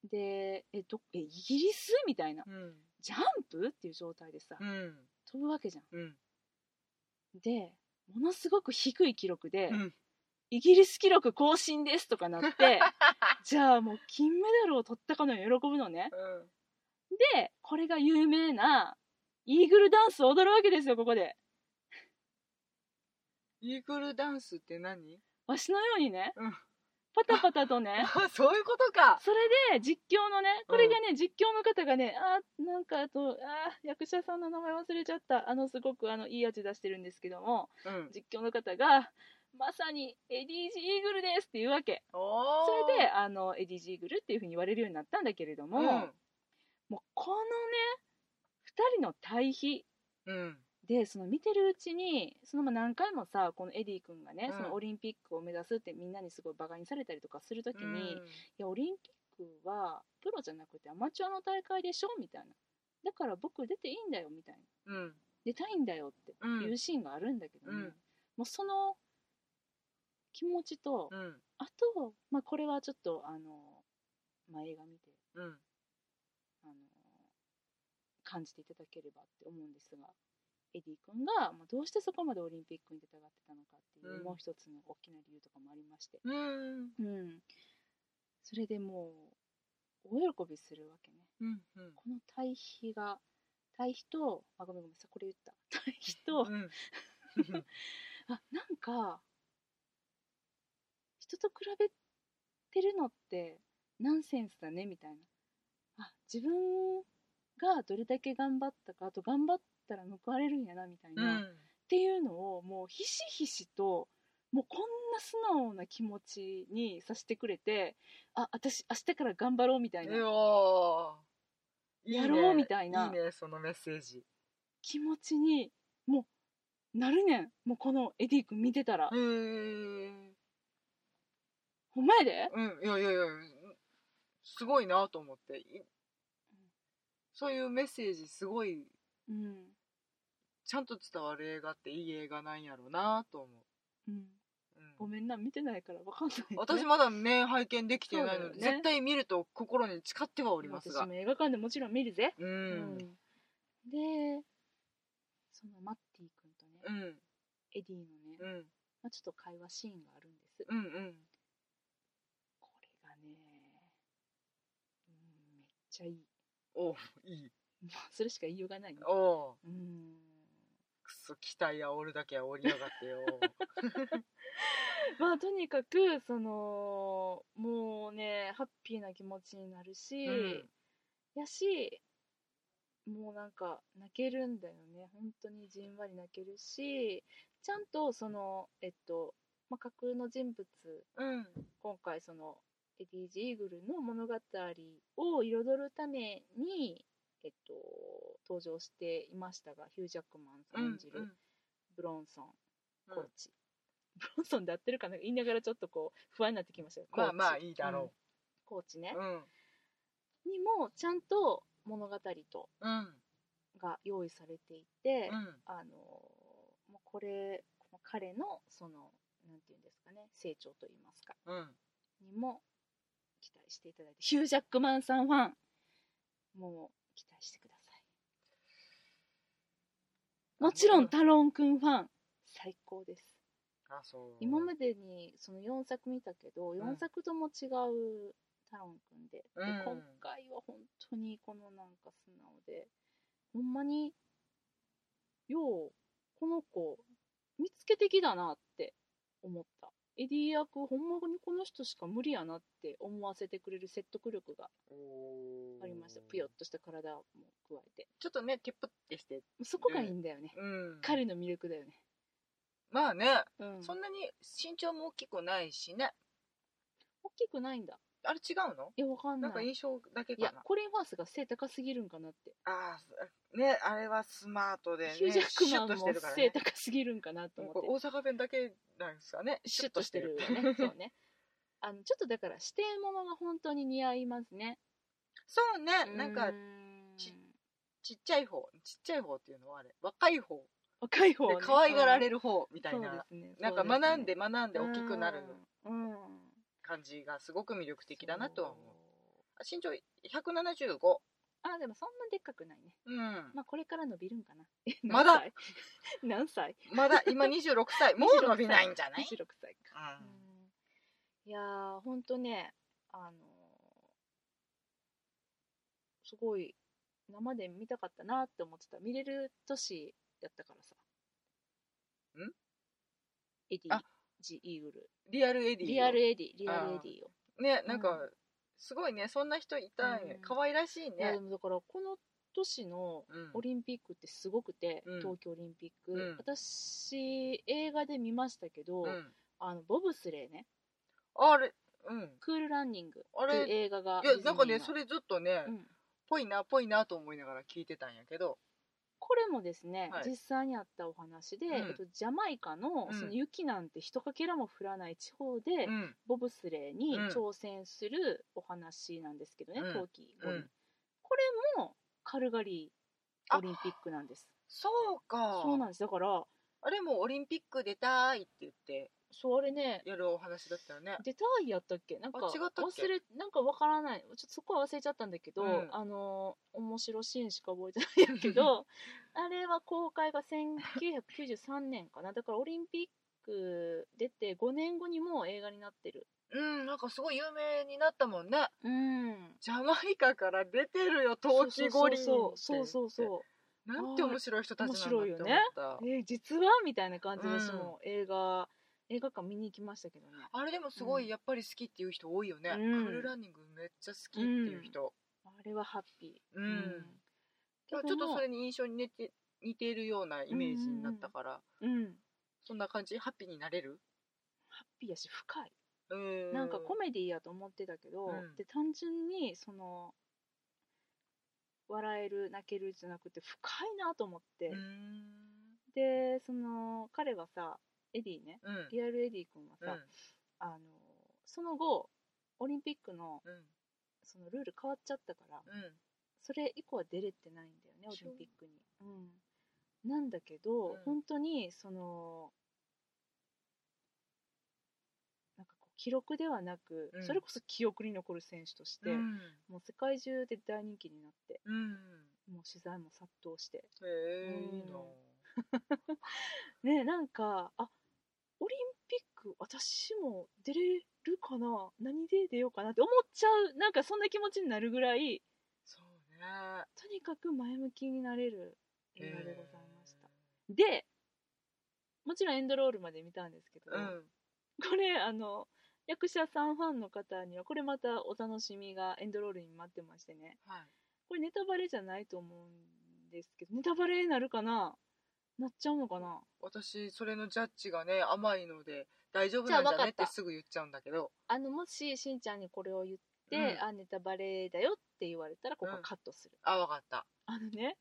で、え、ど、え、イギリスみたいな。うんジャンプっていう状態でさ、うん飛ぶわけじゃん。うんで、ものすごく低い記録で、うんイギリス記録更新ですとかな って、じゃあもう金メダルを取ったかのように喜ぶのね。うんで、これが有名な、イーグルダンスを踊るわけですよ、ここで。イーグルダンスって何わしのようにね、うんパタパタとね、 あそういうことかそれで実況のねこれがね、実況の方がねあーなんかあとあー役者さんの名前忘れちゃったあのすごくあのいい味出してるんですけどもうん実況の方がまさにエディ・ジーグルですっていうわけおーそれであのエディ・ジーグルっていうふうに言われるようになったんだけれども、もうこのね2人の対比うんうんでその見てるうちにそのまあ何回もさこのエディ君がね、うんそのオリンピックを目指すってみんなにすごいバカにされたりとかするときに、いやオリンピックはプロじゃなくてアマチュアの大会でしょみたいなだから僕出ていいんだよみたいなうん出たいんだよってうんいうシーンがあるんだけどね、うんもうその気持ちと、うんあと、まあ、これはちょっとあの、まあ、映画見てうんあの感じていただければって思うんですがエディ君が、まあ、どうしてそこまでオリンピックに出たがってたのかっていう、うんもう一つの大きな理由とかもありまして、うんうん、それでもう大喜びするわけねうんうんこの対比が対比とあごめんごめんさこれ言った対比とうんあなんか人と比べてるのってナンセンスだねみたいなあ自分がどれだけ頑張ったかあと頑張ったら報われるんやなみたいな、うっんていうのをもうひしひしともうこんな素直な気持ちにさせてくれてあ私明日から頑張ろうみたいうな、おーいいねやろうみたいないいねそのメッセージ気持ちにもうなるねんもうこのエディ君見てたら、へえほんまやでうん、いやいやいや、すごいなと思って。いそういうメッセージすごい、うん、ちゃんと伝わる映画っていい映画なんやろうなと思うん、う。ごうんめんな見てないからわかんない、ね、私まだね、拝見できてないのそうで、だよね絶対見ると心に誓ってはおりますが私。も映画館でもちろん見るぜ、う。うんでそのマッティ君とね、うん。エディのね、うん。まあ、ちょっと会話シーンがあるんです、うん。うん。これがね、うん、めっちゃいい おういい。もうそれしか言いようがないねおううんくそ、期待煽るだけ煽りやがってよ。 まあとにかくそのもうねハッピーな気持ちになるし、うんやしもうなんか泣けるんだよね本当にじんわり泣けるしちゃんとそのえっと、まあ、架空の人物うん。今回そのエディ・ジーグルの物語を彩るためにえっと登場していましたがヒュー・ジャックマンさうんん演じるブロンソンうんコーチ、ブロンソンで合ってるかな言いながらちょっとこう不安になってきましたよまあまあコーチいいだろコーチねう。う、ん。にもちゃんと物語とうん。が用意されていて、うん。あのもうこれこの彼のそのなんていうんですかね成長といいますかうん。にも期待していただいてヒュー・ジャックマンさんファンもう期待してくださいもちろんタロン君ファン最高ですあ、そう。今までにその4作見たけど4作とも違うタロン君で,、うんで今回は本当にこのなんか素直でほんまにようこの子見つけてきだなって思ったエディ役ほんまにこの人しか無理やなって思わせてくれる説得力がおーありましたぷよっとした体も加えてちょっとね、テップってして。そこがいいんだよね、うん。彼の魅力だよね、まあね、うん、そんなに身長も大きくないしね。大きくないんだあれ違うのいやわかんなないんか印象だけいかなや。コリン・ファースが背高すぎるんかなってああ、ね、あれはスマートでね。ヒュージャックマンシュッとしてもるから背ね。高すぎるんかなともう思これっ大阪弁だけなんですかね。てシュッとしてるよねそうねあのちょっとだから視点ものが本当に似合いますねそうね、なんうかーんちちっちゃい方、ちっちゃい方っていうのはあれ、若い方、若い方でね可愛がられる方みたいそうな、ですねなんか学んで学んで大きくなるうんうん感じがすごく魅力的だなとは思う。あそ身長175。うあでもそんなでっかくないねうん。まあこれから伸びるんかなえまだ 何歳まだ 今26歳、もう伸びないんじゃ ない26歳26歳かううんんいやー、ほんとね、あのーすごい、生で見たかったなって思ってた。見れる年やったからさ。んエディあ、ジ・イーグル。リアルエディ。リアルエディ、リアルエあーディよ。ね、なんか、うすごいね、そんな人いたんやうん。可愛らしいいや、でね。もだから、この年のうんオリンピックってすごくて、うん東京オリンピック。うん私、映画で見ましたけど、うんあの、ボブスレーね、あれ、うん。クールランニングあってれいう映画がいや、なんかデね、ィズニーのそれずっとねう、んぽいな、ぽいなと思いながら聞いてたんやけど。これもですね、はい実際にあったお話で、うんえっと、ジャマイカのうんその雪なんて一かけらも降らない地方で、うん。ボブスレーにうん挑戦するお話なんですけどね、うん冬季五輪うんこれもカルガリーあオリンピックなんですそうかそうなんですだからあれもオリンピック出たいって言ってそうあれねやるお話だったよね出たいやったっけなんかあ違ったっけ忘れなんかわからないちょっとそこは忘れちゃったんだけど、うんあのー面白いシーンしか覚えてないんや けどあれは公開が1993年かなだからオリンピック出て5年後にもう映画になってるうんなんかすごい有名になったもんねうんジャマイカから出てるよ冬季五輪そうそうそうそううそうなんて面白い人たちなんだって思っ面た、えー実はみたいな感じで私も映画、映画館見に行きましたけどねあれでもすごいやっぱり好きっていう人多いよね、うんクールランニングめっちゃ好きっていう人あれはハッピうん、ーうちょっけどともそれに印象に似て似ているようなイメージになったから、うんそんな感じハッピーになれるハッピーやし深いうんなんかコメディやと思ってたけど、うんで単純にその笑える泣けるじゃなくて深いなと思って、うんでその彼はさエディねうんリアルエディ君はうんさ、あのその後オリンピックのうんそのルール変わっちゃったからうんそれ以降は出れてないんだよねオそうリンピックに。うん、なんだけど、うん本当にそのなんかこう記録ではなく、うんそれこそ記憶に残る選手として、うんもう世界中で大人気になってうんもう取材も殺到してへえうんいいなねなんかあオリンピック私も出れるかな何で出ようかなって思っちゃうなんかそんな気持ちになるぐらいそうねとにかく前向きになれる映画でございました。でもちろんエンドロールまで見たんですけど、うんこれあの役者さんファンの方にはこれまたお楽しみがエンドロールに待ってましてねはいこれネタバレじゃないと思うんですけどネタバレになるかななっちゃうのかな私それのジャッジがね甘いので大丈夫なんじゃじゃあね分っかったてすぐ言っちゃうんだけどあのもししんちゃんにこれを言って、うんあネタバレだよって言われたらここはカットする、あ分かったあのね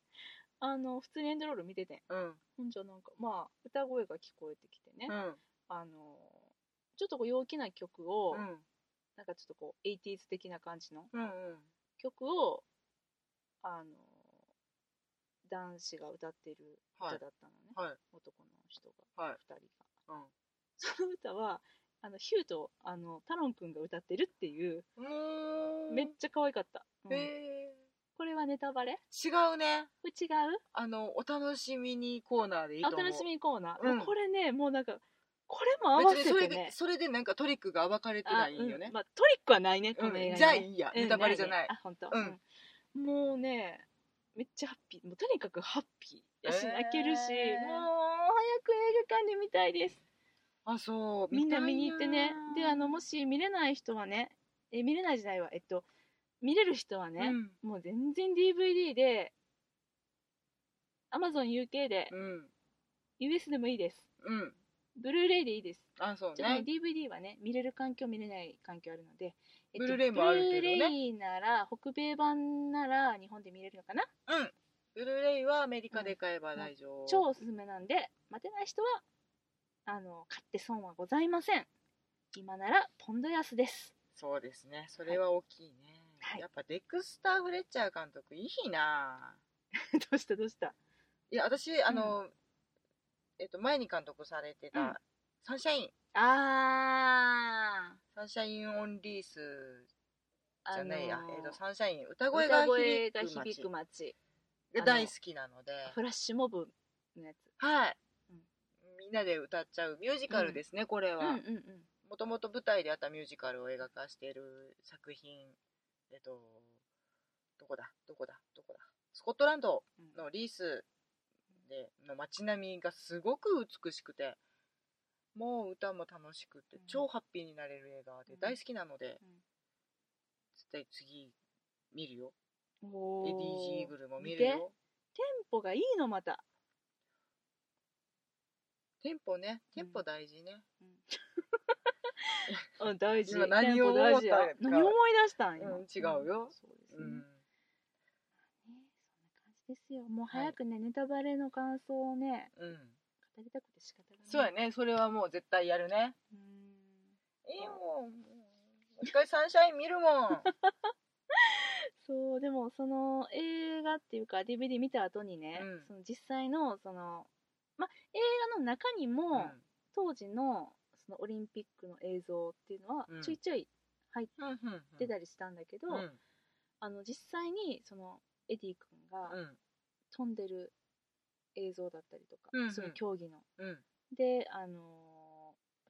あの普通にエンドロール見ててんうんほんじゃなんかまあ歌声が聞こえてきてね、うんあのちょっとこう陽気な曲を、うんなんかちょっとこう 80s 的な感じのうんうん曲をあの男子が歌ってる歌はだいったのね、はい男の人が、 はい2人うんがその歌はあのヒューとあのタロン君が歌ってるっていううーんめっちゃ可愛かった、うんへこれはネタバレー違うねこれ違うあのお楽しみにコーナーでいいあとお思う楽しみコーナー、うんもうこれねもうなんかこれも合わせ別にそれてでねそれでなんかトリックが暴かれてないよあうねんまあ、トリックはないねこうの映画にはね、んじゃあいいやうんネタバレじゃないねあ本当、うんうんもうねめっちゃハッピーもうとにかくハッピーやし、えー泣けるしもう早く映画館で見たいですあそうみんなたい見に行ってねであのもしし見れない人はねえ見れない時代はえっと見れる人はねね、もう全然 DVD で AmazonUK でう、ん US でもいいですうんブルーレイでいいですあそうちょっとねね DVD はね見れる環境見れない環境あるので、えっブとルーレイもあるけどねブルーレイなら北米版なら日本で見れるのかな、うんブルーレイはアメリカで買えば大丈夫、超おすすめなんで待てない人はあの買って損はございません今ならポンド安です そうですねそれは大きいね、はいやっぱデクスター・フレッチャー監督いいなどうしたどうしたいや私あの、えっと前に監督されてた、うんサンシャインあーサンシャインオンリースあじゃのーないや、えっとサンシャイン歌声が響歌声がく響街く街が大好きなのでフラッシュモブのやつはい、うんみんなで歌っちゃうミュージカルですね、これうんうんはうんもともと舞台であったミュージカルを映画化している作品えっとどこだどこだどこだスコットランドうんのリースでの街並みがすごく美しくてもう歌も楽しくてうん超ハッピーになれる映画でうん大好きなのでうん絶対次見るよエおディー・ジーグルも見見るてよテンポがいいのまたテンポねテンうポん大事ね、うん、大事。今何を思ったんやテンポ大事やから何を思い出したん今、うん違うよそうですね。うんねそんな感じですよ。もう早くね、ネタバレの感想をね、うん、語りたくて仕方がない。そうや。ねそれはもう絶対やるねうん。いいもんもう一回サンシャイン見るもんそうでもその映画っていうか DVD 見た後にね、うんその実際のその、ま、映画の中にも、当時のそのオリンピックの映像っていうのはうんちょいちょいうんうんうん出たりしたんだけど、うんあの実際にそのエディ君うがん飛んでる映像だったりとか、うんうんそういう競技の。うんで、あのー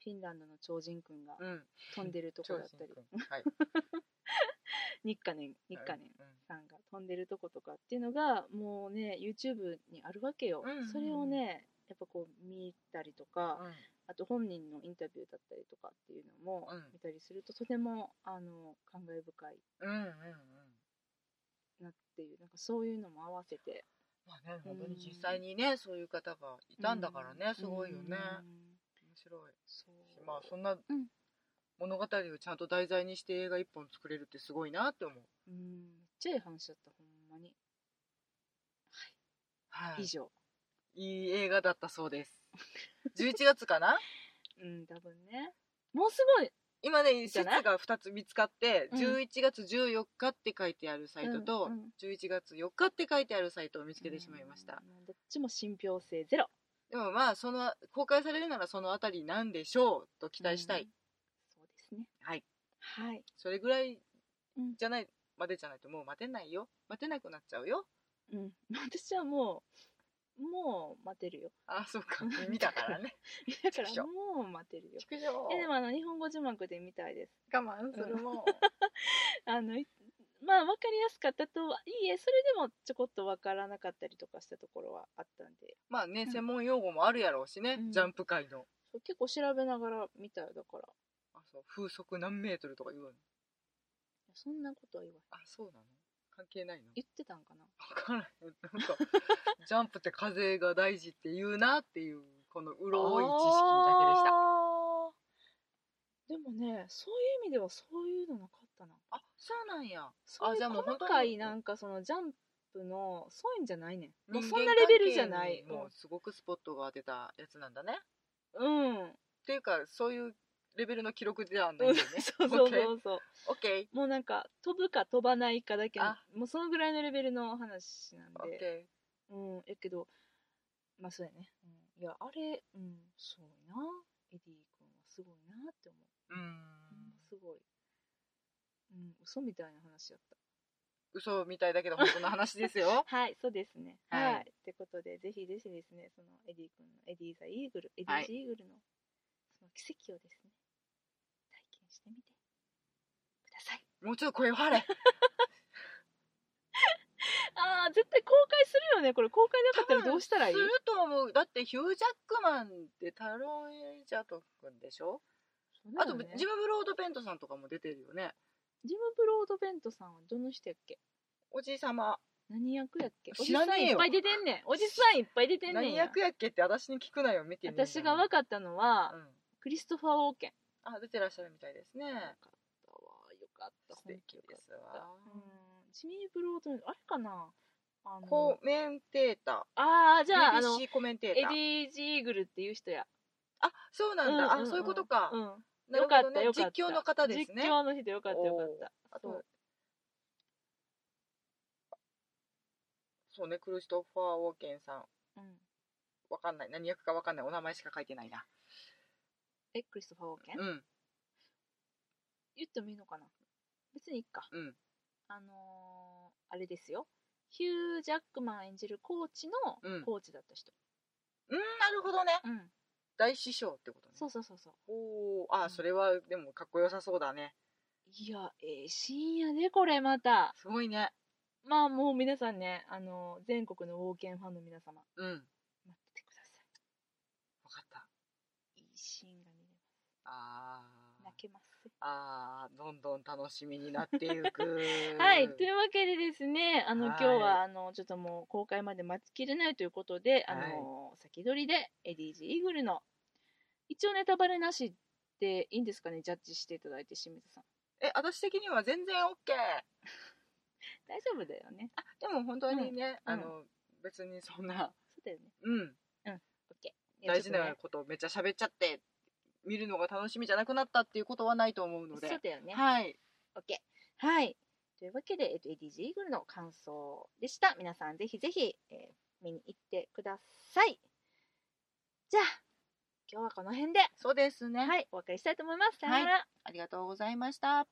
フィンランドの超人君がうん飛んでるとこだったり、超新君はい日課年、日課年。うんさんが飛んでるとことかっていうのがもうね YouTube にあるわけよ、うんうんうんそれをねやっぱこう見たりとか、うんあと本人のインタビューだったりとかっていうのもうん見たりすると、とてもあの感慨深いうんうんうんなっていうなんかそういうのも合わせてまあね本当に実際にねそういう方がいたんだからねすごいよね面うん白いそうまあそんなうん物語をちゃんと題材にして映画一本作れるってすごいなって思ううんめっちゃいい話だったほんまに、はい以上いい映画だったそうです 11月かなうん多分ねもうすごい今ねいじゃ説ないが2つ見つかってうん11月14日って書いてあるサイトとうんうん11月4日って書いてあるサイトを見つけてしまいましたうんもうどっちも信憑性ゼロでもまあその公開されるならそのあたりなんでしょうと期待したい、うんそうですねはいはいそれぐらいうんじゃない、までじゃないともう待てないよ待てなくなっちゃうようん、 私はもうもう待てるよ あそうか見たからねだから畜生もう待てるよ畜生えでもあの日本語字幕で見たいです我慢する もんあのいまあ分かりやすかったとはいえそれでもちょこっと分からなかったりとかしたところはあったんでまあね、うん専門用語もあるやろうしね、うんジャンプ界のそう結構調べながら見たよだからあそう風速何メートルとか言うのそんなことは言わへんあそうなの関係ないの言ってたんかな分からないなん かジャンプって風が大事って言うなっていうこのうろい知識だけでしたあーでもねそういう意味ではそういうのなかったなあそうなんやそういじゃうあもう本細当にかいなんかそのジャンプのそういうんじゃないねんもう人そ間んなレベルじゃない関係にもうすごくスポットが当てたやつなんだね、っうん、うんていうかそういうレベルの記録ではないうんんだよね そうそうそうそう OK もうなんか飛ぶか飛ばないかだけのあもうそのぐらいのレベルの話なん OK で、うんやけどまあそうやね、うん、いやあれうんすごいなエディ君はすごいなって思う、うーんほんますごいうん嘘みたいな話だった嘘みたいだけど本当の話です よはいそうですねはいはいってことでぜひぜひですねそのエディ君のエディ・ザ・イーグルエディ・ザ・イーグルのその奇跡をですね体験してみてくださいもうちょっと声を張れああ絶対公開するよねこれ公開なかったらどうしたらいいすると思うだってヒュー・ジャックマンってタロン・エイジャト君でしょ、あとジム・ブロード・ペントさんとかも出てるよねジム・ブロードベントさんはどの人やっけおじいさま何役やっけおじ知さらんねえいっよぱい出てんねんおじさんいっぱい出てんねん何や役やっけって私に聞くなよ見てみんな私が分かったのは、うんクリストファー・オーケンあ出てらっしゃるみたいですねよかったわよかった素敵本当でよすわかったうんジミー・ブロードベントあれかなあのコメンテータああーじゃああの BBC コメンテーエデターィ・ジーグルっていう人やあそうなんだ、んんんあそういうことか、うんなよるかほっどたねよかった実況の方ですね実況の人よかったよかったあそとうそうねクリストファー・ウォーケンさんうんわかんない何役かわかんないお名前しか書いてないなえクリストファー・オーケン、うん言ってもいいのかな別にいいかうんあのーあれですよヒュー・ジャックマン演じるコーチうのんコーチだった人、うんなるほどねうん大師匠ってことねそうそうそうそうおおうんあそれはでもかっこよさそうだねいやええシーンやでこれまたすごいねまあもう皆さんね、あのー全国のウォーケンファンの皆様うん分待っててくだかさったいいいシーンが見れまあすー泣けますあーどんどん楽しみになっていく はい、というわけでですね、あの、はい今日は、あの、ちょっともう公開まで待ちきれないということで、あはいの、先取りで、エディージ・イーグルの、一応ネタバレなしでいいんですかね、ジャッジしていただいて、清水さん。え私的には全然 OK 大丈夫だよね。あ、でも本当にね、うんあの別にそんなそうだよね。うんオッケー。大事だなことをめっちゃ喋っちゃって見るのが楽しみじゃなくなったっていうことはないと思うのでそうだよね。はいオッケー。はい。というわけで、えっと、エディ・ジーグルの感想でした。皆さん、ぜひぜひ、えー見に行ってください。じゃあ、今日はこの辺で、そうですね。はい、お別れしたいと思います。さよなら。ありがとうございました。